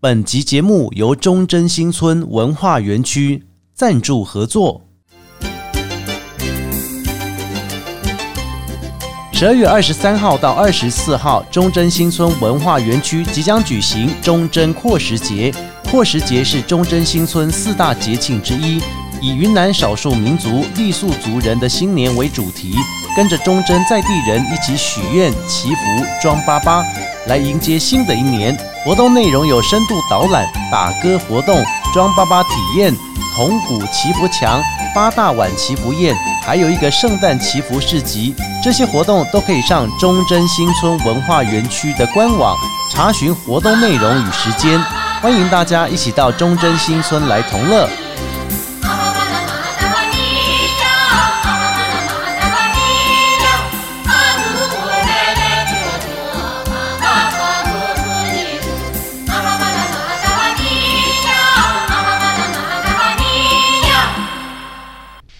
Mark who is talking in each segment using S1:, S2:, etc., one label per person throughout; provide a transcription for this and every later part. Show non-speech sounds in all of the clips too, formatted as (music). S1: 本集节目由忠贞新村文化园区赞助合作。十二月二十三号到二十四号，忠贞新村文化园区即将举行忠贞阔时节。阔时节是忠贞新村四大节庆之一，以云南少数民族傈僳族人的新年为主题，跟着忠贞在地人一起许愿、祈福、装粑粑，来迎接新的一年。活动内容有深度导览、打歌活动、装粑粑体验、铜鼓祈福墙、八大碗祈福宴，还有一个圣诞祈福市集。这些活动都可以上忠贞新村文化园区的官网查询活动内容与时间。欢迎大家一起到忠贞新村来同乐。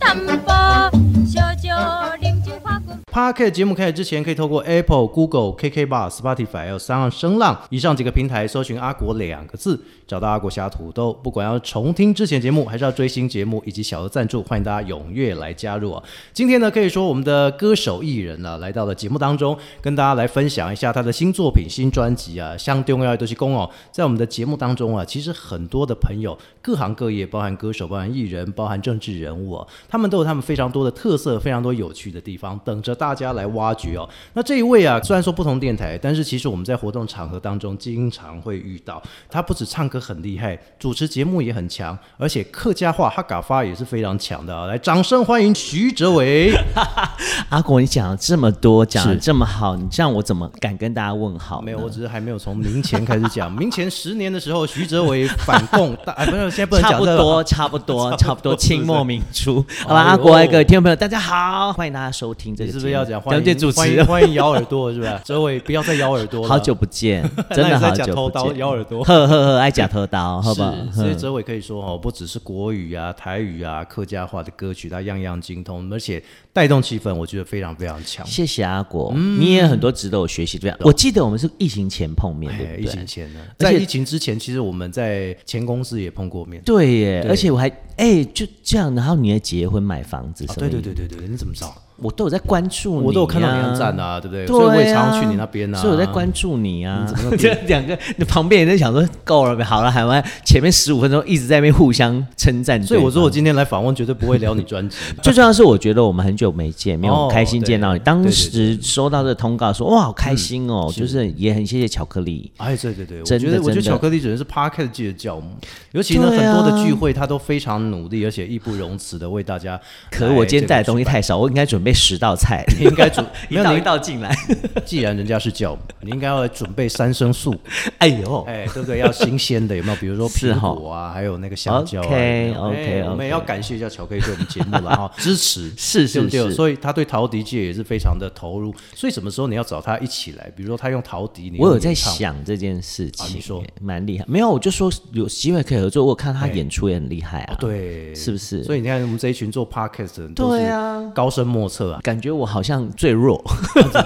S2: tâm bò cho cho điểm chữ khoa của
S1: Parket 节目开始之前，可以透过 Apple、Google、KK Bar、Spotify 还有三岸声浪以上几个平台搜寻“阿国”两个字，找到阿国侠土豆。不管要重听之前节目，还是要追新节目以及小额赞助，欢迎大家踊跃来加入啊！今天呢，可以说我们的歌手艺人呢、来到了节目当中，跟大家来分享一下他的新作品、新专辑啊。相对要都是公哦，在我们的节目当中啊，其实很多的朋友，各行各业，包含歌手、包含艺人、包含政治人物啊，他们都有他们非常多的特色，非常多有趣的地方，等着大家来挖掘哦。那这一位啊，虽然说不同电台，但是其实我们在活动场合当中经常会遇到，他不止唱歌很厉害，主持节目也很强，而且客家话哈嘎发也是非常强的啊。来，掌声欢迎徐哲
S3: (laughs)
S1: 伟。
S3: 阿国，你讲了这么多，讲的
S1: 是
S3: 这么好，你这样我怎么敢跟大家问好呢？
S1: 没有，我只是还没有从明前开始讲。明前十年的时候，徐哲伟反共 (laughs) 大，哎，不是，现在不能讲
S3: 差不
S1: 这个
S3: 多， (laughs) 差
S1: (laughs)
S3: 不多，差不多，清末明初。好吧，
S1: 哎呦
S3: 阿国，各位听众朋友，大家好，欢迎大家收听这
S1: 你
S3: 个
S1: 是
S3: 节目。
S1: 不是要讲欢
S3: 感
S1: 迎
S3: 谢主持
S1: 欢迎
S3: 人，
S1: 欢迎咬耳朵是吧？哲伟不要再咬耳朵了，
S3: (laughs) 好久不见，
S1: (laughs) 那
S3: 真的
S1: 你在
S3: 好
S1: 讲
S3: 久
S1: 偷
S3: 不
S1: 刀
S3: 见。
S1: 咬耳朵。
S3: 呵呵呵，爱讲特刀，好不好？
S1: 是，所以哲伟可以说哦，不只是国语啊、台语啊、客家话的歌曲，他样样精通，而且带动气氛，我觉得非常非常强。
S3: 谢谢阿国，
S1: 嗯
S3: 你也很多值得我学习对吧？我记得我们是疫情前碰面，对
S1: 哎，
S3: 不
S1: 疫
S3: 对？
S1: 情前呢，
S3: 而
S1: 在
S3: 且
S1: 疫情之前，其实我们在前公司也碰过面。
S3: 对耶，
S1: 对
S3: 而且我还哎、就这样，然后你还结婚买房子
S1: 啊
S3: 什么？
S1: 对对，对对对，你怎么知道？
S3: 我都有在关注你、
S1: 我都有看到你很赞。啊，对不对？
S3: 啊对、啊，
S1: 所以我也常去你那边啊。
S3: 所以我在关注你啊。 (laughs) 这两个，你旁边也在想说够了没？好了，海湾前面十五分钟一直在那边互相称赞对方，啊
S1: 所以我说我今天来访问绝对不会聊你专辑，
S3: 最重要的是，我觉得我们很久没见面，
S1: 哦
S3: 我很开心见到你。
S1: 对
S3: 当
S1: 对嗯
S3: 时收到这个通告说，哇，好开心哦，就是也很谢谢巧克力。
S1: 哎，对对对，我
S3: 真的
S1: 觉得我觉得
S3: 真的
S1: 巧克力只能是 Parket 界的教母，尤其呢、
S3: 对
S1: 很
S3: 啊
S1: 多的聚会他都非常努力，而且义不容辞的为大家。
S3: 可我今天带的东西太少，我应该准备十道
S1: (laughs)
S3: 菜， (laughs)
S1: 你应该准
S3: 一
S1: 哎没有
S3: 道
S1: 你
S3: 一道进来。
S1: 既然人家是教母，你应该要来准备三生
S3: (laughs)
S1: 素，
S3: 哎呦，
S1: (laughs) 哎，对不对？要新鲜的，有没有？比如说
S3: (laughs) 是
S1: 苹
S3: 哈
S1: 果啊，还有那个香蕉啊。
S3: OK，
S1: 有没有哎
S3: OK，OK
S1: 我们也要感谢一下巧克力对我们节目
S3: (laughs)
S1: 了哈，支持
S3: 是是
S1: 对不对
S3: 是
S1: 所以他对陶笛界也是非常的投入，所以什么时候你要找他一起来？比如说他用陶笛，你
S3: 我有
S1: 用
S3: 在
S1: 演唱
S3: 想这件事情，
S1: 啊你说哎
S3: 蛮厉害。没有，我就说有机会可以合作。我有看他演出也很厉害啊，
S1: 哦，，对，
S3: 是不是
S1: 所以你看，我们这一群做 podcast 的人都
S3: 对
S1: 是
S3: 啊。
S1: 高深莫测啊 (laughs)
S3: 感觉我好像最弱。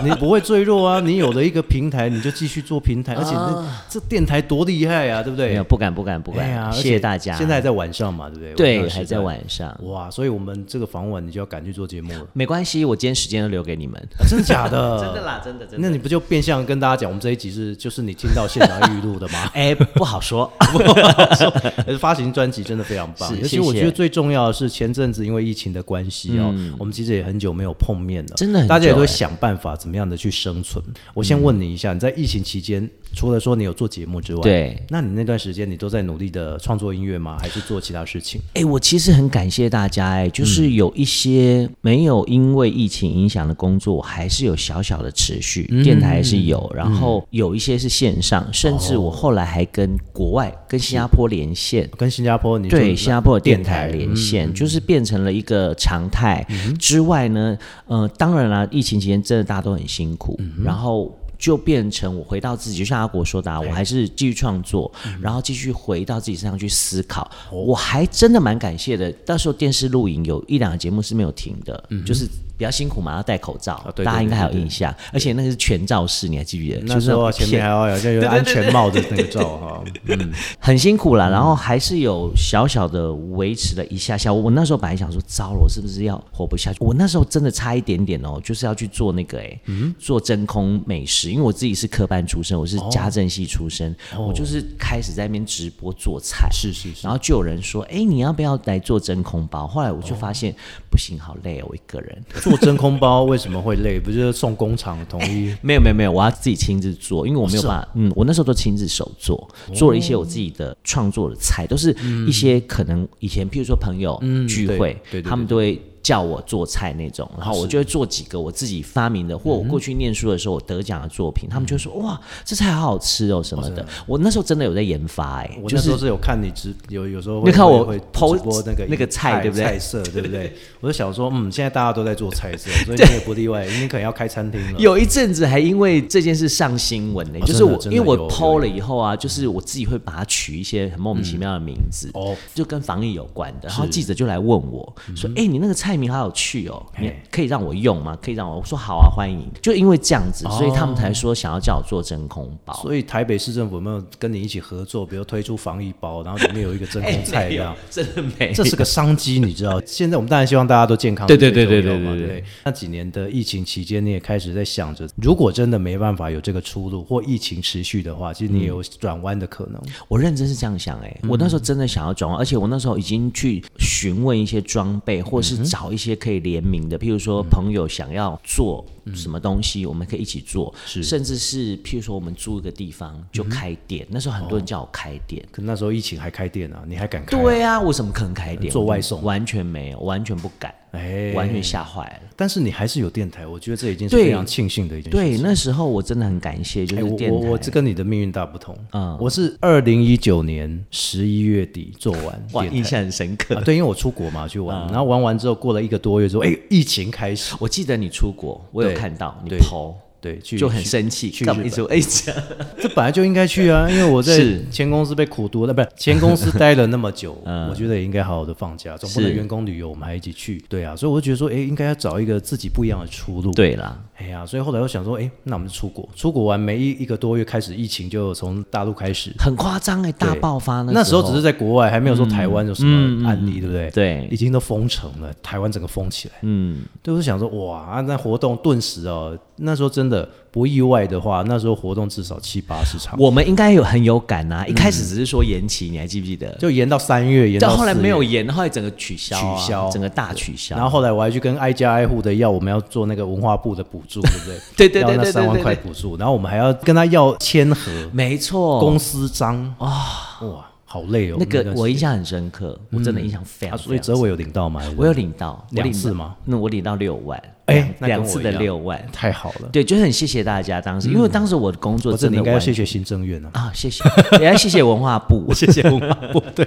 S1: 你不会坠落啊，你有了一个平台，你就继续做平台，而且那这电台多厉害啊，对不
S3: 啊没
S1: 对
S3: 有，？不敢不敢不
S1: 哎呀
S3: 敢，，
S1: 而且
S3: 谢谢大家。
S1: 现在还在晚上嘛，对不对？
S3: 对
S1: 晚上
S3: 还
S1: 时
S3: 在
S1: 段。
S3: 晚上，
S1: 哇，所以我们这个访晚你就要赶去做节目了，
S3: 没关系，我今天时间都留给你们。
S1: 啊真的假的？
S3: 真的。啦，真的真
S1: 那
S3: 的。
S1: 你不就变相跟大家讲，我们这一集是就是你听到现场预录的吗？
S3: (laughs) 哎，不好说，
S1: (laughs) 呃发行专辑真的非常棒。
S3: 是
S1: 尤其
S3: 谢谢嗯
S1: 我觉得最重要的是，前阵子因为疫情的关系哦，我们其实也很久没有碰面了，
S3: 真的很久
S1: 大家也都
S3: 哎
S1: 想办法怎么样的去生存。我先问你一下，你在疫情期间，除了说你有做节目之外，
S3: (laughs) 对，
S1: 那你那段时间你都在努力的创作音乐吗？还是做其他事情？
S3: 哎、我其实很感谢大家、哎，就是有一些没有因为疫情影响的工作，我还是有小小的持续，电台还是有，然后有一些是线上，甚至我后来还跟国外、跟新加坡连线。
S1: 跟新加坡你做
S3: 对新加坡的
S1: 电
S3: 电台
S1: 台
S4: 嗯
S3: 连线，就是变成了一个常
S4: 嗯
S3: 态。之外呢，呃，当然啦，疫情期间真的大家都很辛苦，然后。就变成我回到自己，就像阿国说的、啊，我还是继续创作，
S4: 嗯
S3: 然后继续回到自己身上去思考。
S4: 哦
S3: 我还真的蛮感谢的，到时候电视录影有一两个节目是没有停的，就是。比较辛苦嘛，要戴口罩，
S4: 嗯啊对对
S3: 大家应该还有
S4: 对对
S3: 印象。而且那个是全罩式，你还记不记得？
S4: 那时候啊
S3: 就是那种
S4: 前面还要好像有安全帽的那个罩哈，嗯，
S3: 很辛苦啦，然后还是有小小的维持了一下下。我我那时候本来想说，糟了，我是不是要活不下去？我那时候真的差一点点哦，就是要去做那个哎、
S4: 嗯
S3: 做真空美食，因为我自己是科班出身，我
S4: 哦
S3: 是家政系出身，我就是开始在那边直播做菜，
S4: 是是是
S3: 然后就有人说，哎、你要不要来做真空包？后来我
S4: 哦
S3: 就发现、不行，好累哦，我一个人。
S4: 做真空包为什么会累？不就是送工厂统
S3: (laughs)
S4: 一？
S3: 没有没有没有，我要自己亲自做，因为我没有办法。嗯，我那时候都亲自手做，
S4: 哦
S3: 做了一些我自己的创作的菜，都是一些可能以前，譬如说朋友聚
S4: 嗯对
S3: 会，
S4: 对对
S3: 他们都会。叫我做菜那种，然后我就会做几个我自己发明的，或
S4: 嗯
S3: 我过去念书的时候我得奖的作品，他们就说哇，这菜好好吃哦什么的。我那时候真的有在研发哎、
S4: 我
S3: 就
S4: 那时
S3: 是
S4: 候是有看你直有有时候会，
S3: 你看我
S4: 会会
S3: po
S4: 直播那个
S3: 那个菜对不对
S4: 菜色对
S3: (laughs)
S4: 不对？我就想说，嗯，现在大家都在做菜色，所以你也不例外，你可能要开餐厅了。
S3: 有一阵子还因为这件事上新闻呢、
S4: 哦
S3: 就是我
S4: 真的真
S3: 因
S4: 的
S3: 为
S4: 有
S3: 我
S4: 有嗯
S3: 剖了以后啊，就是我自己会把它取一些很莫名其妙的名字，
S4: 哦
S3: 就跟防疫有关的。然后记者就来问我说：“哎、你那个菜名好有趣哦，你
S4: 嗯嘿
S3: 可以让我用吗？可以让我？”我说：“好啊，欢迎。”就因为这样
S4: 哦
S3: 子，所以他们才说想要叫我做真空包。
S4: 所以台北市政府有没有跟你一起合作，比如推出防疫包，然后里面有一个真空菜
S3: 没
S4: 这
S3: 有
S4: 样？
S3: 真的 (laughs) 没有，
S4: 这是个商机，你知道？现在我们当然希望大家都健康，
S3: 对对
S4: 最
S3: 对
S4: 重要
S3: 对对
S4: 嘛
S3: 对对
S4: 对。那几年的疫情期间，你也开始在想着，如果真的没办法有这个出路，或疫情持续的话，其实你也有转弯的可能。
S3: 我认真是这样想哎、
S4: 嗯
S3: 我那时候真的想要转换，而且我那时候已经去询问一些装
S4: 嗯
S3: 备，或是找一些可以联名的，譬如说朋友想要做什么东
S4: 嗯
S3: 西，我们可以一起做，甚至是譬如说我们租一个地方就开店，那时候很多人叫我开店。
S4: 可那时候疫情还嗯哦开啊店啊，你还敢开、啊？
S3: 对啊，我怎么可能开店？
S4: 做外送
S3: 完全没有，完全不敢，
S4: 哎
S3: 完全吓坏了。
S4: 但是你还是有电台，我觉得这已经是
S3: 对
S4: 非常庆幸的一件事情。
S3: 对，那时候我真的很感谢，就
S4: 哎
S3: 是电
S4: 我我我
S3: 台
S4: 这跟你的命运大不同。
S3: 嗯
S4: 我是二零一九年十一月底做完
S3: 哇，
S4: 电
S3: 印
S4: 台。
S3: 象很嗯深刻。
S4: 啊，对，因为我出国嘛，去玩，然后玩完之后过了一个多月之后，哎，疫情开始，
S3: 我记得你出国，我有
S4: 对
S3: 看到你
S4: 对
S3: 剖，
S4: 对，去
S3: 就很
S4: 去
S3: 生气，
S4: 去
S3: 干
S4: 日
S3: 嘛一
S4: 本
S3: 直一哎直讲。
S4: (laughs) 这本来就应该去 (laughs) 啊，因为我在
S3: 是
S4: 前公司被苦读了，不是 (laughs) 前公司待了那么久，我觉得也应该好好的放假，总不能
S3: 是
S4: 员工旅游我们还一起去，对啊，所以我就觉得说，哎，应该要找一个自己不一样的出路。，
S3: 对啦，
S4: 哎呀，所以后来我想说，哎，那我们就出国，出国完没一一个多月，开始疫情就从大陆开始。
S3: 很夸张哎，大爆发
S4: 那时
S3: 时
S4: 候嗯只是在国外，还没有说台湾有什么案例，对不对？
S3: 对
S4: 已经都封城了，台湾整个封起来。嗯，对，我就想说，哇，啊那活动顿时哦，那时候真的不意外的话，那时候活动至少七八十场。
S3: 我们应该有很有感啊。一开始只是说延期，你还记不记得？
S4: 嗯就延到三月，延到
S3: 但后来
S4: 4月
S3: 没有。延，后来整个取消啊，
S4: 取消
S3: 整个大取消。
S4: 然后后来我还去跟挨家挨户的要，我们要做那个文化部的补助，对不对？
S3: (laughs) 对对对
S4: 要那
S3: 对对
S4: 三万
S3: 对对
S4: 块补助，然后我们还要跟他要签合、
S3: 没错，
S4: 公司章啊，哇，好累哦。
S3: 那个
S4: 段
S3: 我
S4: 时
S3: 印
S4: 间
S3: 象很深刻，我真的印象非
S4: 啊，
S3: 常。
S4: 所以
S3: 非常
S4: 哲伟有领到吗？
S3: 我有领到
S4: 两次？
S3: 我领到
S4: 吗
S3: 那我领到六万，
S4: 哎
S3: 两
S4: 那跟
S3: 两
S4: 我
S3: 次
S4: 一
S3: 的
S4: 样
S3: 六万，
S4: 太好了，
S3: 对，就是很谢谢大家当时，因为当时我的工作
S4: 嗯我真
S3: 真
S4: 的
S3: 的
S4: 应该
S3: 完
S4: 要谢谢行政院啊。
S3: 啊，谢谢，也要谢谢文化部，
S4: (laughs) 谢谢文化部，对，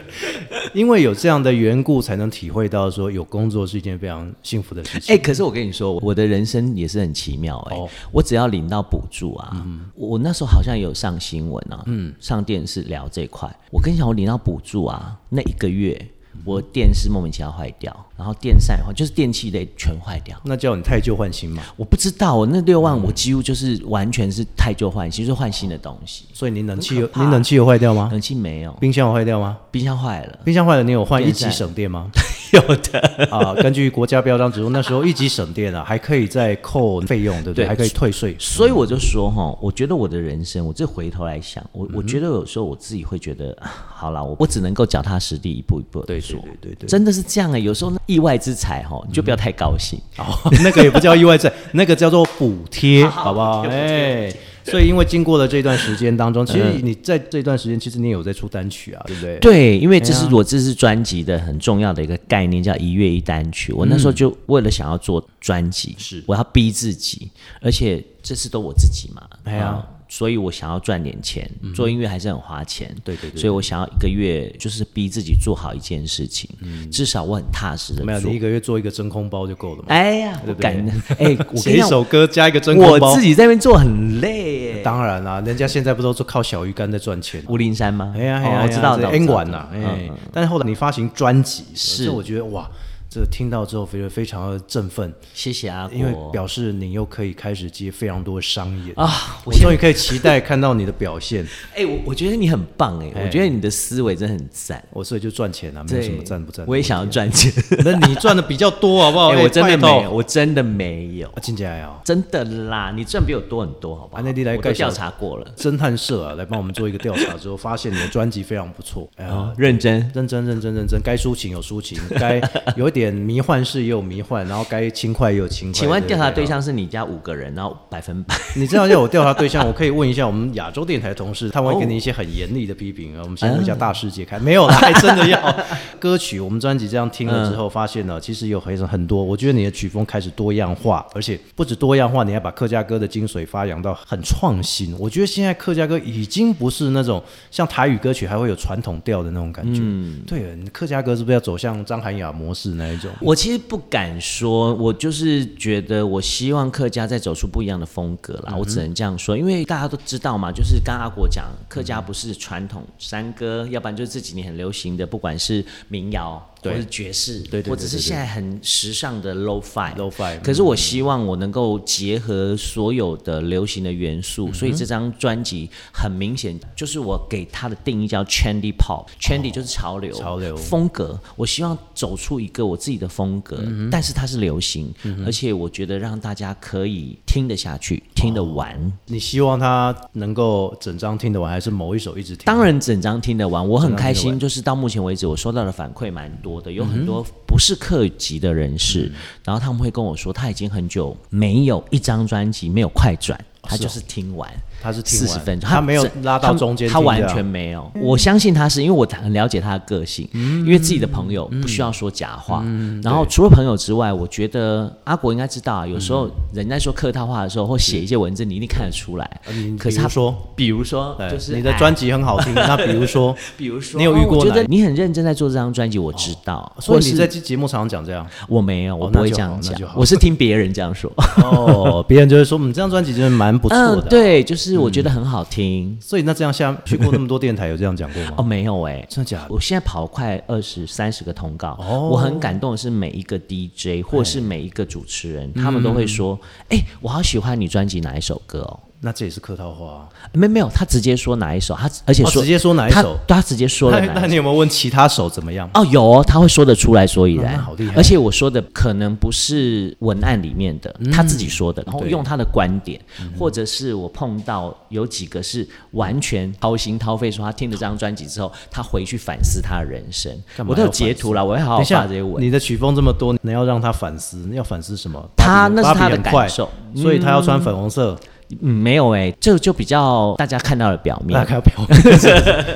S4: 因为有这样的缘故，才能体会到说有工作是一件非常幸福的事情。
S3: 哎、可是我跟你说，我的人生也是很奇妙哎、
S4: 哦嗯
S3: 我只要领到补助啊，我我那时候好像有上新闻啊，上电视聊这一块。我跟你讲，我领到补助啊，那一个月
S4: 嗯
S3: 我电视莫名其妙坏掉，然后电扇坏，就是电器类全坏掉。
S4: 那叫你太旧换新嘛，
S3: 我不知道，我那六万我几乎就是完全是太旧换新，就是换新的东西，
S4: 所以你冷气有
S3: 很可
S4: 你
S3: 怕
S4: 冷气有坏掉吗？
S3: 冷气没有，
S4: 冰箱有坏掉吗？
S3: 冰箱坏了，
S4: 冰箱坏了，你有换一
S3: 电
S4: 级
S3: 扇
S4: 省电吗？
S3: 有的。
S4: 啊，根据国家标章指数，那时候一级省电啊，还可以再扣费用，对不对？
S3: 对
S4: 还可以退税。
S3: 所以我就说哈，我觉得我的人生，我这回头来想，
S4: 嗯
S3: 我我觉得有时候我自己会觉得， (sighs) 啊好啦，我我只能够脚踏实地，一步一步地做。
S4: 对对
S3: 真的是这样哎、有时候那意外之财哈，你就不要太高兴。
S4: 哦， (laughs) 那个也不叫意外债，那个叫做补贴，好不好？
S3: 补贴补贴
S4: 哎，所以因为经过了这段时间当中，其实你在这段时间，其实你也有在出单曲啊，对不对？哎
S3: 对，因为这是我这是专辑的很重要的一个概念，叫一月一单曲。我那时候就为了想要做专辑，
S4: 嗯是
S3: 我要逼自己，而且这次都我自己嘛，
S4: 哎呀嗯
S3: 啊所以我想要赚点钱，做音乐还是很花钱，
S4: 对对对
S3: 所以我想要一个月就是逼自己做好一件事情，至少我很踏实的
S4: 嗯没有，
S3: 做
S4: 你一。个月做一个真空包就够了嘛。
S3: 哎呀，我
S4: 对不对
S3: 感 (laughs) 哎，我跟
S4: 写
S3: 你
S4: 一
S3: 讲，
S4: 首歌加一个真空包，
S3: 我自己在那边做很累耶。
S4: 当然啦、人家现在不都是靠小鱼干在赚钱？
S3: 武陵山吗？
S4: 哎呀，哎
S3: 哦
S4: 呀，
S3: 我知道的，嗯
S4: ，N 管
S3: 了
S4: 呐，。哎，但是后来你发行专辑，
S3: 是
S4: 这我觉得哇，这听到之后非非常的振奋，
S3: 谢谢阿
S4: 因为
S3: 国。
S4: 表示你又可以开始接非常多的商演
S3: 啊
S4: 我终于可以期待看到你的表现，
S3: 哎、我我觉得你很棒哎、
S4: 哎
S3: 我觉得你的思维真的很赞。
S4: 我所以就赚钱啊，没有什么赞不赞。
S3: 我也想要赚钱。 (laughs)
S4: 那你赚的比较多好不 (laughs) 好？
S3: 哎、我真的没有，
S4: 有，
S3: 我真的没有，
S4: 进来啊，
S3: 真的啦，你赚比我多很多，好不好？
S4: 啊那你来
S3: 我
S4: 盖
S3: 都
S4: 小
S3: 调查过了，
S4: 侦探社啊，来帮我们做一个调查之后，发现你的专辑非常不错，哎呀，
S3: 认真。
S4: 认真认真认真，该抒情有抒情，该有一点迷幻式也有迷幻，然后该轻快也有轻快。
S3: 请问调查对
S4: 不
S3: 象是你家五个人，然后百分百？
S4: 你这样要我调查对象，我可以问一下我们亚洲电台同事，他们会给你一些很严厉的批评啊。我们先问一下大世界看，没有啦，还真的要歌曲。我们专辑这样听了之后，发现呢，其实有很很多，我觉得你的曲风开始多样化，而且不止多样化，你还把客家歌的精髓发扬到很创新。我觉得现在客家歌已经不是那种像台语歌曲还会有传统调的那种感觉，对，你客家歌是不是要走向张涵雅模式那一种？
S3: 我其实不敢说，我就是觉得，我希望客家再走出不一样的风格
S4: 嗯
S3: 啦。我只能这样说，因为大家都知道嘛，就是刚刚阿国讲，客
S4: 嗯
S3: 家不是传统山歌，要不然就是这几年很流行的，不管是民谣或
S4: 对
S3: 是爵士，
S4: 对对对
S3: 或者是
S4: 对对
S3: 现在很时尚的 low fi。
S4: Lo-fi，
S3: 可是我希望我能够结合所有的流行的元
S4: 嗯
S3: 素，所以这张专辑很明显就是我给它的定义叫 trendy pop，trendy 就是潮流，
S4: 潮流
S3: 风格，我希望走出一个我自己的风格，
S4: 嗯
S3: 但是它是流行，而且我觉得让大家可以听得下去，听
S4: 哦
S3: 得完。
S4: 你希望他能够整张听得完，还是某一首一直听？
S3: 当然，整张听得完，我很开
S4: 整张听得
S3: 心。
S4: 完嗯
S3: 就是到目前为止，我收到的反馈蛮多的，有很多不是客籍的人士，然后他们会跟我说，他已经很久没有一张专辑没有快转，他就是听完。
S4: 他哦是听
S3: 四
S4: 完
S3: 十分钟，
S4: 他没有
S3: 整
S4: 拉到中间
S3: 他
S4: 听这
S3: 完
S4: 样嗯
S3: 全没有。我相信他是因为我很了解他的个性，因为自己的朋友不需要说假话。
S4: 嗯
S3: 然后除了朋友之外，我觉得阿国应该知道啊，有时
S4: 嗯
S3: 候人在说客套话的时候，或写一些文字，你一定看得出来
S4: 你。
S3: 可是
S4: 比如
S3: 他
S4: 说，
S3: 比如说，
S4: 哎
S3: 就是
S4: 你的
S3: 哎
S4: 专辑很好听，那比如说，
S3: (laughs) 比如说，
S4: 你有遇过
S3: 我觉得
S4: 哪
S3: 你很认真在做这张专辑，我知道。
S4: 哦所
S3: 或
S4: 以你
S3: 是
S4: 在节目常常讲这样
S3: 我没有，我不会这样
S4: 那就好
S3: 讲
S4: 那就，好
S3: 我是听别人这样
S4: (laughs)
S3: 说。
S4: 哦，别人就会说，嗯，这张专辑真的蛮不错的、啊
S3: 嗯，，对，就是我觉得很好听。
S4: 所以那这样下去过那么多电台，有这样讲过
S3: 哦，
S4: 吗？
S3: 没有哎，
S4: 真的假的？
S3: 我现在跑快二十三十个通告，
S4: 哦哎
S3: 我很感动的是每一个 DJ 或是每一个主持人，他们都会说：“
S4: 嗯
S3: 哎、我好喜欢你专辑哪一首歌哦。
S4: 那这也是客套话、啊。”
S3: 没没有，他直接说哪一首，他而且
S4: 哦
S3: 说、
S4: 直接说哪一首
S3: 他，他直接说了
S4: 那那
S3: 哪一首。
S4: 你有没有问其他手怎么样？
S3: 哦，有哦，他会说得出来所以然，
S4: 哦那好厉害
S3: 而且我说的可能不是文案里面的，他自己说的，然后
S4: 嗯对嗯
S3: 用他的观点，或者是我碰到有几个是完全掏心掏肺说他听了这张专辑之后，他回去反思他的人生
S4: 干，嘛
S3: 我都有
S4: 要反
S3: 截
S4: 思
S3: 图了，我会好
S4: 等
S3: 好
S4: 一下
S3: 发这些文。，
S4: 你的曲风这么多，你要让他反思，你要反思什么？
S3: 他
S4: 芭比
S3: 那是他
S4: 芭比
S3: 的
S4: 很快
S3: 感受
S4: 所以他要穿粉红色，
S3: 嗯，没有哎、这就比较大家看到的表
S4: 那
S3: 面。
S4: 开
S3: (laughs)
S4: 表。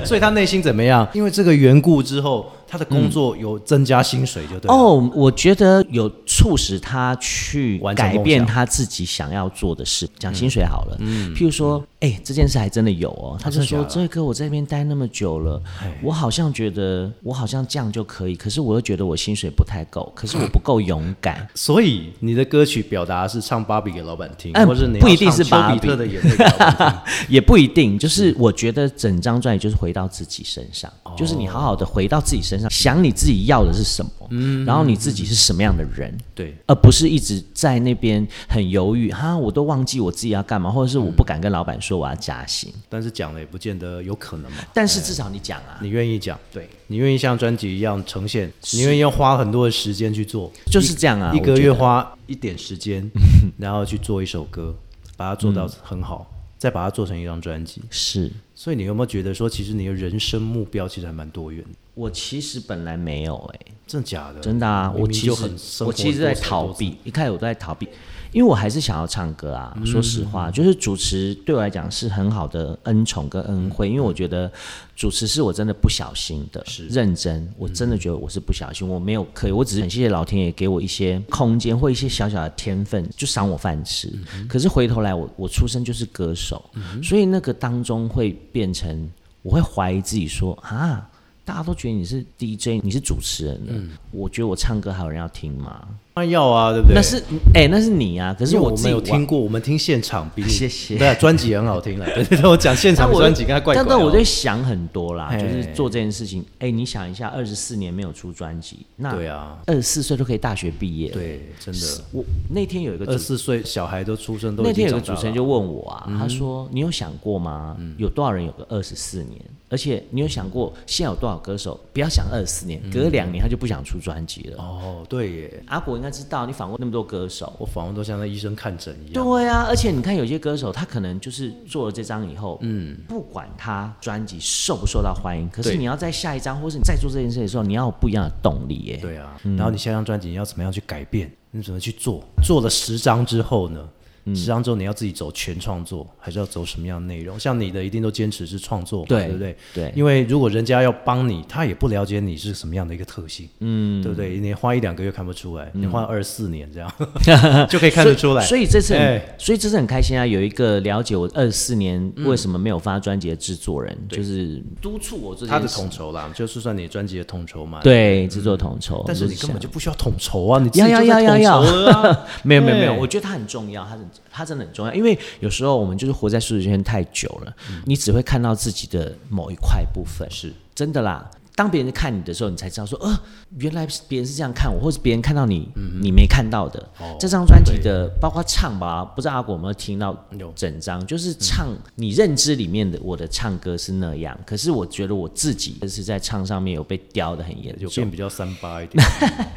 S4: 所以他内心怎么样？因为这个缘故之后，他的工作有增加薪水，就对啊了。
S3: 哦，我觉得有促使他去
S4: 完成
S3: 改
S4: 梦
S3: 变
S4: 想
S3: 他自己想要做的事。讲薪水好了，譬如说，哎、这件事还真的有哦。他就
S4: 嗯真的假
S3: 说，
S4: 的
S3: 这个我在这边待那么久了，我好像觉得我好像这样就可以，可是我又觉得我薪水不太够，可是我不够勇
S4: (laughs)
S3: 敢。
S4: 所以你的歌曲表达是唱芭比给老板听，
S3: 嗯
S4: 或者你要
S3: 不一定是
S4: 唱
S3: 芭
S4: 丘
S3: 比
S4: 比特的眼泪给
S3: (laughs)
S4: 老板听。
S3: 也不一定，就是我觉得整张专辑就是回到自己身上，
S4: 哦
S3: 就是你好好的回到自己身上，想你自己要的是什么，
S4: 嗯
S3: 然后你自己是什么样的人，
S4: 对，
S3: 而不是一直在那边很犹豫，哈，我都忘记我自己要干嘛，或者是我不敢跟老板说我要加薪，
S4: 但是讲了也不见得有可能嘛。
S3: 但是至少你讲啊，
S4: 你愿意讲，
S3: 对，
S4: 你愿意像专辑一样呈现，你愿意要花很多的时间去做，
S3: 就是这样啊，
S4: 一个
S3: 我觉
S4: 月
S3: 得
S4: 花一点时间， (laughs) 然后去做一首歌，把它做到很好，再把它做成一张专辑。
S3: 是。
S4: 所以你有没有觉得说，其实你的人生目标其实还蛮多元的？
S3: 我其实本来没有哎、
S4: 真的假的？
S3: 真的啊，
S4: 明
S3: 我
S4: 明
S3: 其
S4: 就
S3: 实
S4: 很生
S3: 我
S4: 活
S3: 其实
S4: 多
S3: 在
S4: 才
S3: 逃
S4: 多姿
S3: 避，一开始我都在逃避，因为我还是想要唱歌啊。
S4: 嗯
S3: 说实话，就是主持对我来讲是很好的恩宠跟恩惠，因为我觉得主持是我真的不小心的，认真，我真的觉得我是不小心，我没有刻意，我只是很谢谢老天爷给我一些空间或一些小小的天分，就赏我饭吃。
S4: 嗯
S3: 可是回头来我，我出生就是歌手，所以那个当中会变成我会怀疑自己说啊。大家都觉得你是 DJ，你是主持人了。
S4: 嗯
S3: 我觉得我唱歌还有人要听吗？
S4: 当然要啊，对不对？
S3: 那是哎、那是你啊。可
S4: 因
S3: 是
S4: 为我
S3: 自
S4: 没
S3: 己
S4: 有
S3: 玩
S4: 听过，我们听现场比你
S3: 谢谢
S4: 对啊，专辑很好听了。 (laughs) 对对对，我讲现
S3: 但
S4: 场
S3: 我
S4: 专辑，跟他怪怪哦。
S3: 但但我在想很多啦，
S4: 嘿
S3: 就是做这件事情。哎、你想一下，二十四年没有出专辑，那
S4: 对啊，
S3: 二十四岁都可以大学毕业了。
S4: 对，真的，
S3: 我那天有一个主
S4: 二十四岁小孩都出生都
S3: 那
S4: 已
S3: 天
S4: 经
S3: 有个
S4: 长大
S3: 主
S4: 了嗯
S3: 持人就问我啊，他说：“你有想过吗？有多少人有个二十四年？而且你有想过现在有多少歌手？不要想二十四年，隔两年他就不想出专辑了。
S4: 嗯哦，嗯对耶，
S3: 阿果应该知道，你访问那么多歌手，
S4: 我访问都像那医生看诊一样。
S3: 对啊，而且你看有些歌手，他可能就是做了这张以后，嗯，不管他专辑受不受到欢迎，可是
S4: 对
S3: 你要在下一张，或是你再做这件事的时候，你要有不一样的动力耶。
S4: 对啊，然后你下张专辑你要怎么样去改变？你怎么去做？做了十张之后呢？
S3: 嗯
S4: 十张之后你要自己走全创作，还是要走什么样的内容？像你的一定都坚持是创作嘛，
S3: 对
S4: 不对？
S3: 对
S4: 因为如果人家要帮你，他也不了解你是什么样的一个特性，嗯，对不对？你花一两个月看不出来，你花二四年这样
S3: (laughs)
S4: 就可以看得出来。
S3: 嗯所以所以这次很，
S4: 哎
S3: 所以这次很开心啊！有一个了解我二十四年为什么没有发专辑的制作人，就是督促我做这
S4: 他的
S3: 件事
S4: 统。筹啦，就是算你专辑的统筹嘛。，
S3: 对，制作统筹。
S4: 但是你
S3: 就
S4: 根本
S3: 想
S4: 就不需要统筹啊，你自己
S3: 要要
S4: 就
S3: 要
S4: 在
S3: 要
S4: 统
S3: 要
S4: 筹了
S3: (laughs)
S4: 啊。
S3: 没有没有没有，
S4: 对
S3: 我觉得它很重要，它很它真的很重要，因为有时候我们就是活在舒适圈太久了，
S4: 嗯
S3: 你只会看到自己的某一块部分，是真的啦。当别人看你的时候，你才知道说，呃，原来别人是这样看我，或是别人看到你，
S4: 嗯
S3: 你没看到的。
S4: 哦
S3: 这张专辑的，包括唱吧，不知道阿果有没有听到
S4: 有嗯
S3: 整张，就是唱、你认知里面的我的唱歌是那样，可是我觉得我自己是在唱上面有被雕的很严
S4: 有
S3: 重
S4: 变。比较三八一点，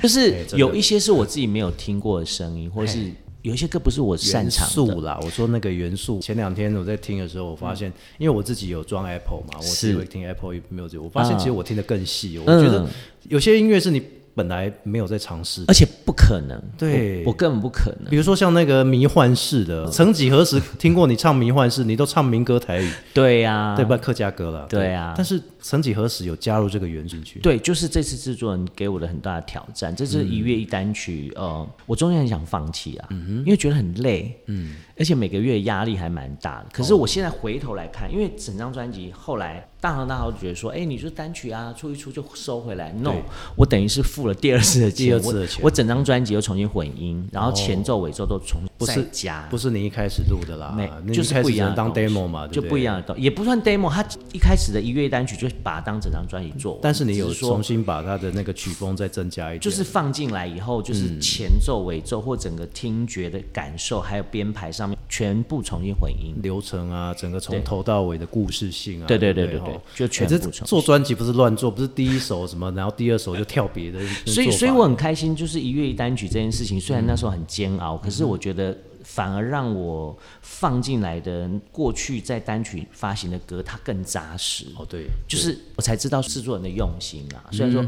S3: 就是
S4: 哎真的哎
S3: 有一些是我自己没有听过的声音，或是有一些歌不是我 (laughs) 擅
S4: 元
S3: 长
S4: 素
S3: 的。
S4: 啦，我说那个元素。前两天我在听的时候，我发现，因为我自己有装 Apple 嘛，我自己
S3: 嗯是
S4: 会听 Apple Music，我发现
S3: 啊
S4: 其实我听得更细。我
S3: 嗯
S4: 觉得有些音乐是你本来没有在尝试的
S3: 而，且不可能，
S4: 对
S3: 我我根本不可能。
S4: 比如说像那个迷幻式的，
S3: 嗯
S4: 曾几何时听过你唱迷幻式，你都唱民歌台语，
S3: 对啊呀，
S4: 对吧？客家歌了，
S3: 对啊
S4: 但是曾几何时有加入这个元素进去？
S3: 对，就是这次制作人给我的很大的挑战。这
S4: 嗯
S3: 是一月一单曲，呃，我中间很想放弃啊，因为觉得很累，嗯，而且每个月压力还蛮大的。
S4: 哦
S3: 可是我现在回头来看，因为整张专辑后来大行大好觉得说，哎，你就单曲啊，出一出就收回来。No，我等于是付了第二次的钱，
S4: 第二次
S3: 我
S4: 的钱哦
S3: 我整张专辑又重新混音，然后前奏尾奏都重
S4: 不
S3: 再
S4: 是
S3: 加，
S4: 不是你一开始录的啦
S3: 啊没，就
S4: 那你一
S3: 是
S4: 开
S3: 不
S4: 始
S3: 一样的
S4: 只能当
S3: 东西
S4: demo 嘛，对
S3: 就
S4: 对
S3: 不一样。的东西，也不算 demo，他一开始的一月单曲就把它当整张专辑做完，
S4: 但是你有
S3: 只说
S4: 重新把它的那个曲风再增加一点，
S3: 就是放进来以后，
S4: 嗯
S3: 就是前奏、尾奏或整个听觉的感受，还有编排上面全部重新混音。
S4: 流程啊，整个从
S3: 对
S4: 头到尾的故事性啊，
S3: 对
S4: 对
S3: 对对
S4: 不
S3: 对对
S4: 吼
S3: 就全
S4: 哎这
S3: 部重
S4: 做专辑不是乱做，不是第一首什么，然后第二首就跳别的做法，嗯
S3: 所以，所以我很开心，就是一月一单曲这件事情，虽然那时候很煎熬，可是我觉得反而让我放进来的过去在单曲发行的歌，它更扎实。
S4: 哦对，
S3: 就是我才知道制作人的用心啊，虽然说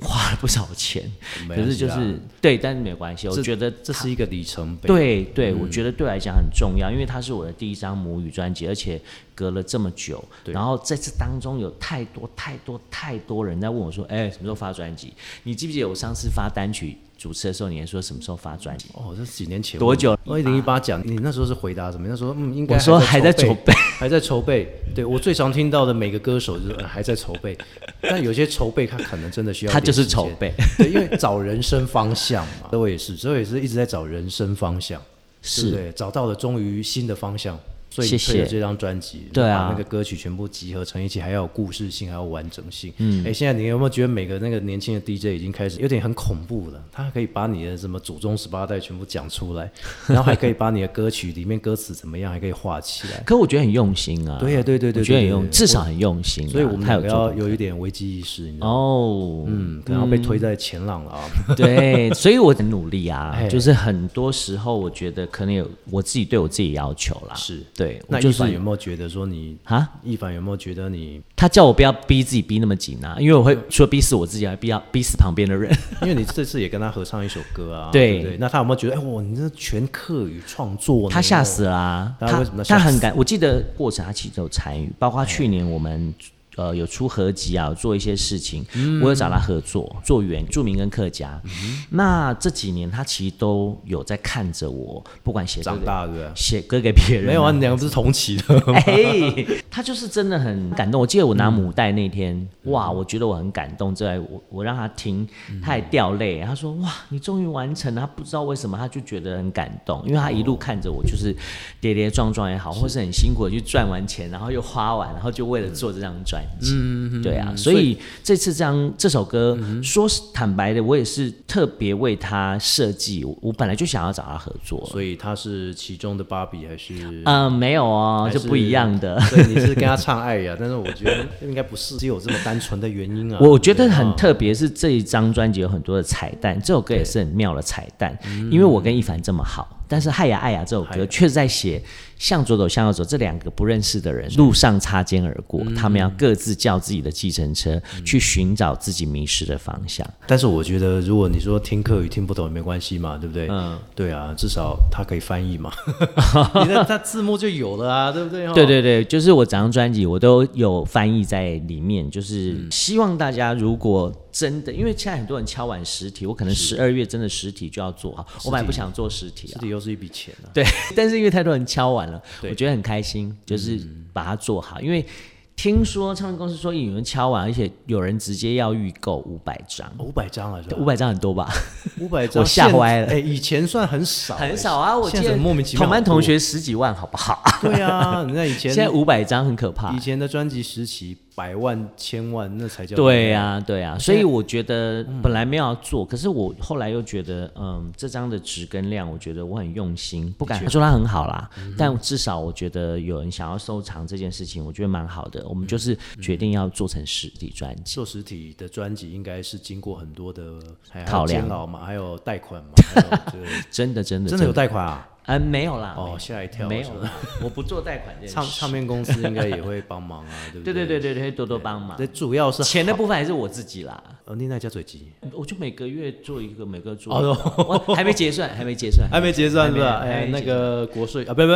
S3: 花了不少钱，
S4: 嗯没
S3: 可
S4: 关
S3: 是
S4: 系
S3: 就
S4: 啦
S3: 是对，但是没有关系，我
S4: 这
S3: 觉得
S4: 这是一个里程碑，
S3: 对对，
S4: 嗯
S3: 我觉得对我来讲很重要，因为它是我的第一张母语专辑，而且隔了这么久，然后在这当中有太多太多太多人在问我说，哎、什么时候发专辑？你记不记得我上次发单曲主持的时候，你还说什么时候发专辑？
S4: 哦，这是几年前
S3: 多久
S4: 二零一八讲，你那时候是回答什么？那时候嗯，应该
S3: 我说还在
S4: 筹
S3: 筹备，
S4: (laughs) 还在筹备。对我最常听到的每个歌手就是、呃还在筹备，但有些筹备他可能真的需
S3: (laughs)
S4: 要一
S3: 他
S4: 点
S3: 就是
S4: 时间
S3: 筹备，
S4: 对，因为找人生方向嘛。 (laughs) 所以我也是，所以我也是一直在找人生方向，对不
S3: 是
S4: 对找到了终于新的方向。所以
S3: 谢
S4: 推了
S3: 谢
S4: 这张专辑，
S3: 对啊
S4: 把那个歌曲全部集合成一起，还要有故事性，还要有完整性。嗯，哎，现在你有没有觉得每个那个年轻的 DJ 已经开始有点很恐怖了？他可以把你的什么祖宗十八代全部讲出
S3: (laughs)
S4: 来，然后还可以把你的歌曲里面歌词怎么样，还可以画起来。
S3: 可我觉得很用心啊，
S4: 对呀对对对
S3: 我觉得很用，
S4: 对对对
S3: 至少很用心啊、
S4: 所以我们
S3: 他
S4: 两
S3: 有
S4: 个
S3: 做
S4: 要有一点危机意识，你知道吗？
S3: 哦，嗯。
S4: 嗯，可能要被推在前浪了啊。 (laughs)
S3: 对，所以我很努力啊
S4: 哎，
S3: 就是很多时候我觉得可能有我自己对我自己要求啦，
S4: 是
S3: 对，我
S4: 那
S3: 就
S4: 一凡有
S3: 是
S4: 没有觉得说你
S3: 啊，
S4: 一凡有没有觉得你，
S3: 他叫我不要逼自己逼那么紧啊，因为我会除了逼死我自己，啊还逼要逼死旁边的
S4: (laughs)
S3: 人。
S4: 因为你这次也跟他合唱一首歌啊，
S3: 对
S4: 对不对，那他有没有觉得，哎，哇，你这全客语创作呢，
S3: 他吓死了啊、
S4: 他哦为什么
S3: 他
S4: 吓死哎
S3: 很感，我记得过程他其实都有参与，包括去年我们。呃，有出合集啊，有做一些事情，
S4: 嗯
S3: 我有找他合作，做原住民跟客家。那这几年他其实都有在看着我，不管写歌
S4: 长
S3: 给
S4: 大，对不对？
S3: 写歌给别人、
S4: 没有啊，你两个不是同期的吗，
S3: (laughs) 哎、他就是真的很感动。我记得我拿母带那天，哇，我觉得我很感动。这我我让他听，他也掉泪。他说：“哇，你终于完成了。”他不知道为什么，他就觉得很感动，因为他一路看着我，就是跌跌撞撞也好，或是很辛苦的去赚完钱，然后又花完，然后就为了做这张专辑。对啊，所以这次这张这首歌，说是坦白的，我也是特别为他设计。我我本来就想要找他合作。
S4: (laughs) 所以他是其中的芭比还是？
S3: 嗯、没有哦，
S4: 还
S3: 就是不一样的。
S4: 所以你是跟他唱爱呀、但是我觉得应该不是只有这么单纯的原因啊。
S3: 我觉得
S4: 对
S3: 很
S4: 啊
S3: 特别，是这一张专辑有很多的彩蛋，这首歌也是很妙的彩蛋。因为我跟一凡这么好，但是《嗨呀爱呀》这首
S4: 嗯嗨
S3: 歌
S4: 呀
S3: 却在写向左走向右走这两个不认识的人路上擦肩而过，
S4: 嗯
S3: 他们要各自叫自己的计程车去寻找自己迷失的方向。
S4: 但是我觉得，如果你说听课语听不懂也没关系嘛，对不对？嗯，对啊，至少它可以翻译 (laughs) 嘛，你的它字幕就有了啊，对不对？
S3: 对。对对，就是我整张专辑我都有翻译在里面，就是
S4: 嗯
S3: 希望大家如果真的，因为现在很多人敲完实体，我可能十二月真的实体就要做好，我本来不想做实体
S4: 这
S3: 啊
S4: 里，又是一笔钱啊，
S3: (laughs) 对，但是因为太多人敲完了，
S4: 对嗯
S3: 我觉得很开心，就是把它做好。因为听说唱片公司说有人敲完，而且有人直接要预购五百张，
S4: 五百张啊了是吧？
S3: 五百张很多吧？
S4: 五百张，
S3: 我吓
S4: 现
S3: 歪了
S4: 哎，以前算很
S3: (laughs)
S4: 少，哎
S3: 很少啊！我记
S4: 现在
S3: 得
S4: 怎么莫名其妙。
S3: 同班同，学十几万，好不好？
S4: (laughs) 对啊，人家以
S3: (laughs)
S4: 前
S3: 现在五百啊张很可怕
S4: 以。前的专辑时期，百万、千万那才叫
S3: 对啊呀、对呀、所以我觉得
S4: 嗯
S3: 本来没有要做，可是我后来又觉得，嗯，这张的值跟量，我觉得我很用心，不敢说它很好啦，
S4: 嗯
S3: 但至少我觉得有人想要收藏这件事情，我觉得蛮好的。我们
S4: 嗯
S3: 就是决定要做成实体专辑，
S4: 做实体的专辑应该是经过很多的还有
S3: 考量
S4: 煎熬嘛，还有贷款嘛，还有这
S3: (laughs) 真的真的
S4: 真的有，贷款啊？
S3: 嗯、没有啦，
S4: 哦，吓一跳！
S3: 没
S4: 我想
S3: 有啦，我不做贷
S4: (laughs)
S3: 款这件事 (laughs)
S4: 唱唱片公司应该也会帮忙啊，对不
S3: 对
S4: 对
S3: 对对对对，多多帮忙
S4: 这。主要是
S3: 钱的部分还是我自己啦，
S4: 呃，另外加嘴机
S3: 我就每个月做一个，每个月做一个，
S4: 哦 (laughs)
S3: 我还没结算，还没结算，
S4: 还没结算是吧？
S3: 还没
S4: 哎，
S3: 还没
S4: 那
S3: 结算
S4: 个国税啊，不不，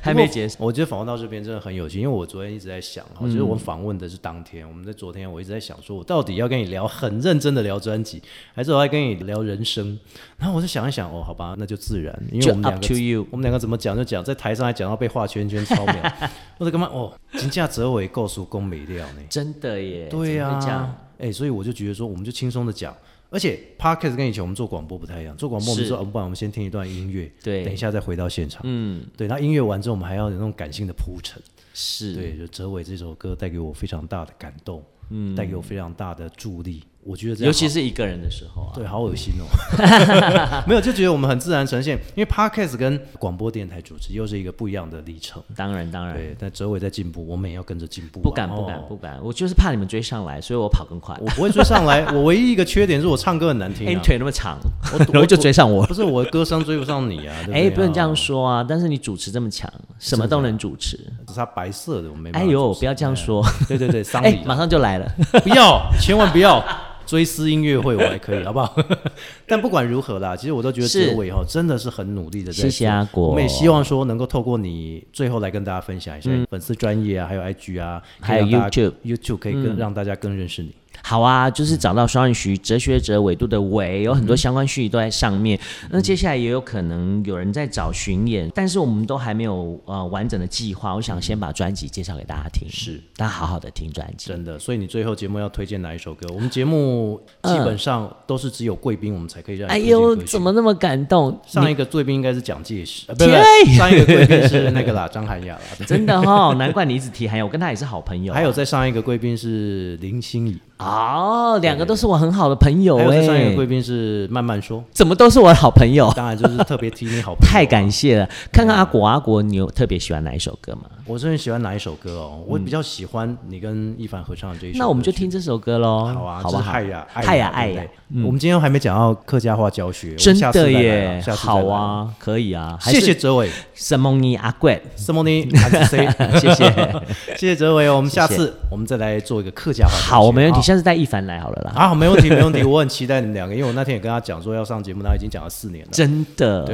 S3: 还没结嗯算。
S4: 我觉得访问到这边真的很有趣，因为我昨天一直在想哈，就是我访问的是当天，我们在昨天我一直在想，说我到底要跟你聊很认真的聊专辑，还是我要跟你聊人生？然后我就想一想，哦，好吧，那就自然，因为
S3: 就
S4: 我们两
S3: up to
S4: 个
S3: you
S4: 我们两个怎么讲就讲，在台上还讲到被画圈
S3: (laughs)
S4: 圈超秒，我就干嘛哦，金价折尾够数公没料呢。
S3: 真的耶，
S4: 对
S3: 呀、
S4: 呀、哎、所以我就觉得说，我们就轻松的讲，而且 podcast 跟以前我们做广播不太一样，做广播我们
S3: 是
S4: 说，我们哦不然我们先听一段音乐，
S3: 对
S4: 等一下再回到现场，
S3: 嗯，
S4: 对，那音乐完之后，我们还要有那种感性的铺陈，
S3: 是，
S4: 对，就哲伟这首歌带给我非常大的感动，嗯，带给我非常大的助力，我觉得这样
S3: 尤其
S4: 好。
S3: 是一个人的时候啊，
S4: 对，好恶心哦！
S3: (laughs)
S4: (laughs) 没有，就觉得我们很自然呈现，因为 podcast 跟广播电台主持又是一个不一样的历程。
S3: 当然当然，
S4: 对，但哲伟在进步，我们也要跟着进步啊、
S3: 哎不敢不
S4: 哦
S3: 敢不敢，我就是怕你们追上来，所以我跑更快。
S4: 我不会追上来。我唯一一个缺点是我唱歌很难听、
S3: 哎，你
S4: 啊，
S3: 腿那么长，
S4: 我
S3: 然后就追上我。
S4: 不是我的歌声追不上你啊。对不对
S3: 哎，不能这样
S4: 啊，
S3: 说啊！但是你主持这么强，什么都能主持。
S4: 只是它白色的，我没办法。
S3: 哎呦，不要这样说！
S4: 对对对， (laughs) 丧
S3: 哎
S4: 礼，啊
S3: 马上就来了。
S4: 不要，千万不要。 (laughs) 追思音乐会我还可以，好不好？ (laughs) 但不管如何啦，其实我都觉得
S3: 是
S4: 哲伟哈哦真的是很努力的在做。
S3: 谢谢阿果
S4: 我们也希望说能够透过你最后来跟大家分享一下粉丝专业啊，还有 IG 啊，
S3: 嗯还有
S4: 可以让大家
S3: YouTube 嗯
S4: YouTube 可以更让大家更认识你。
S3: 好啊，就是找到双人徐哲学者纬度的纬，有很多相关讯息都在上面。那接下来也有可能有人在找巡演，但是我们都还没有呃完整的计划。我想先把专辑介绍给大家听，是大家好好的听专辑。
S4: 真的，所以你最后节目要推荐哪一首歌？我们节目基本上都是只有贵宾我们才可以让你
S3: 哎
S4: 推荐歌
S3: 呦，
S4: 曲。
S3: 怎么那么感动？
S4: 上一个贵宾应该是蒋介石，
S3: (laughs)
S4: 呃不是不是上一个贵宾是那个啦，张涵雅啦。
S3: 真的哈、难怪你一直提韩友，我跟他也是好朋友、
S4: (laughs) 还有再上一个贵宾是林心怡，
S3: 哦，两个都是我很好的朋友
S4: 还有
S3: 哎、哦
S4: 再上一个贵宾是慢慢说。
S3: 怎么都是我的好朋
S4: (laughs)
S3: 友？ (laughs)
S4: 当然就是特别提你好朋友，
S3: 太感谢了！看看阿果，阿果，你有特别喜欢哪一首歌吗？
S4: 我真的喜欢哪一首歌哦？我比较喜欢你跟一凡合唱的这一首。
S3: 那我们就。听这首歌喽，
S4: 好啊，
S3: 好不
S4: 这
S3: 好？
S4: 是爱呀，
S3: 爱呀，爱
S4: 对不
S3: 呀
S4: 对，我们今天还没讲到客家话教学，我们
S3: 嗯真
S4: 下次
S3: 的
S4: 再来
S3: 耶，
S4: 下次再来
S3: 好。啊，可以啊，还
S4: 谢谢
S3: 是
S4: 哲伟，
S3: 什么你阿贵，
S4: 什么呢？还是谁
S3: (laughs) 谢谢。
S4: (laughs) 谢谢哲伟，我们下
S3: 谢
S4: 次我们再来做一个客家话教学。
S3: 好，没问题，
S4: 啊
S3: 下次带一凡来好了啦。
S4: 啊，没问题，没问题，我很期待你们两个，因为我那天也跟他讲说要上节目，他已经讲了四年了。
S3: 真的，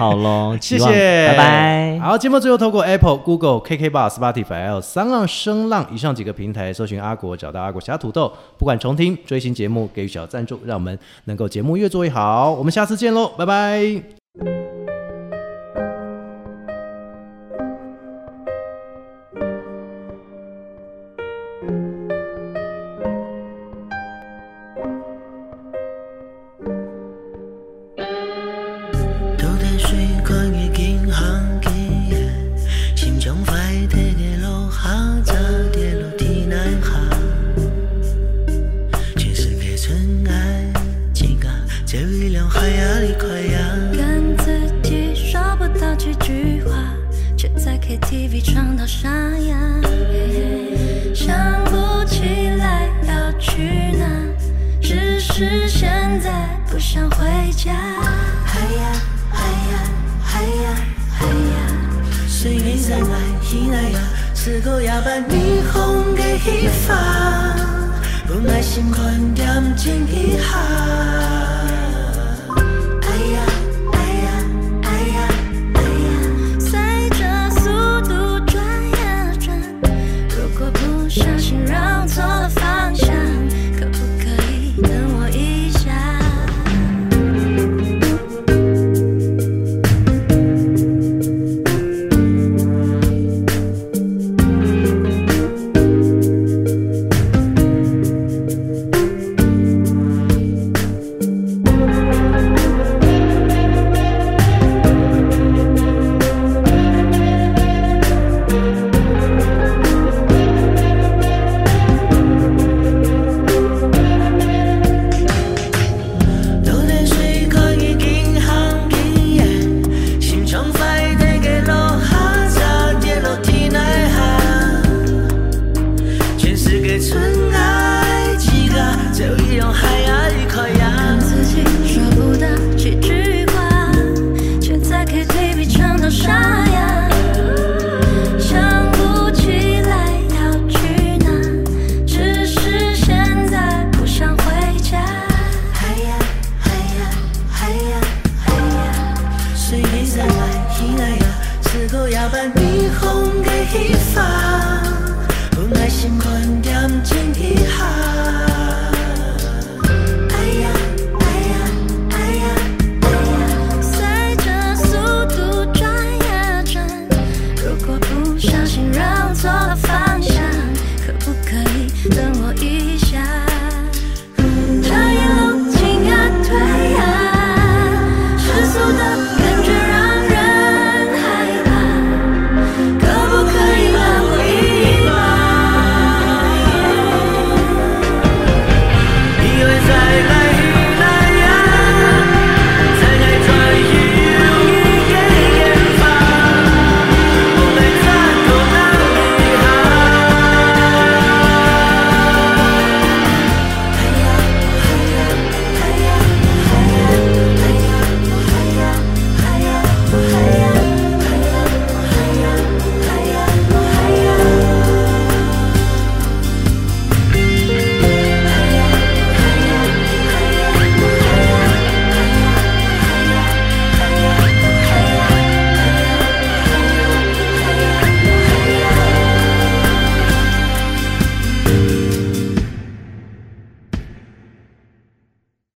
S3: 好喽，
S4: (laughs) 谢
S3: 期
S4: 谢
S3: 望，拜拜。
S4: 好，节目最后透过 Apple、Google、KKBox、Spotify 还有三浪声浪以上几个平台搜寻阿国，找到阿国侠土豆。不管重听、追新节目，给予小赞助，让我们能够节目越做越好。我们下次见喽，拜拜。
S5: 到底說佢已經很幾夜，心情快啲嘅落下，差跌落地南下。全世界真愛情感，在微涼海呀裡快呀。
S6: 跟自己说不到几句话，却在 KTV 唱到沙哑，想不起来要去哪，只是现在不想回家。
S5: 嗨呀嗨呀嗨呀
S6: 哎
S5: 嗨呀，雖然在外依賴呀，是個也把霓虹嘅起發，本來心看點睛一下。
S6: 哎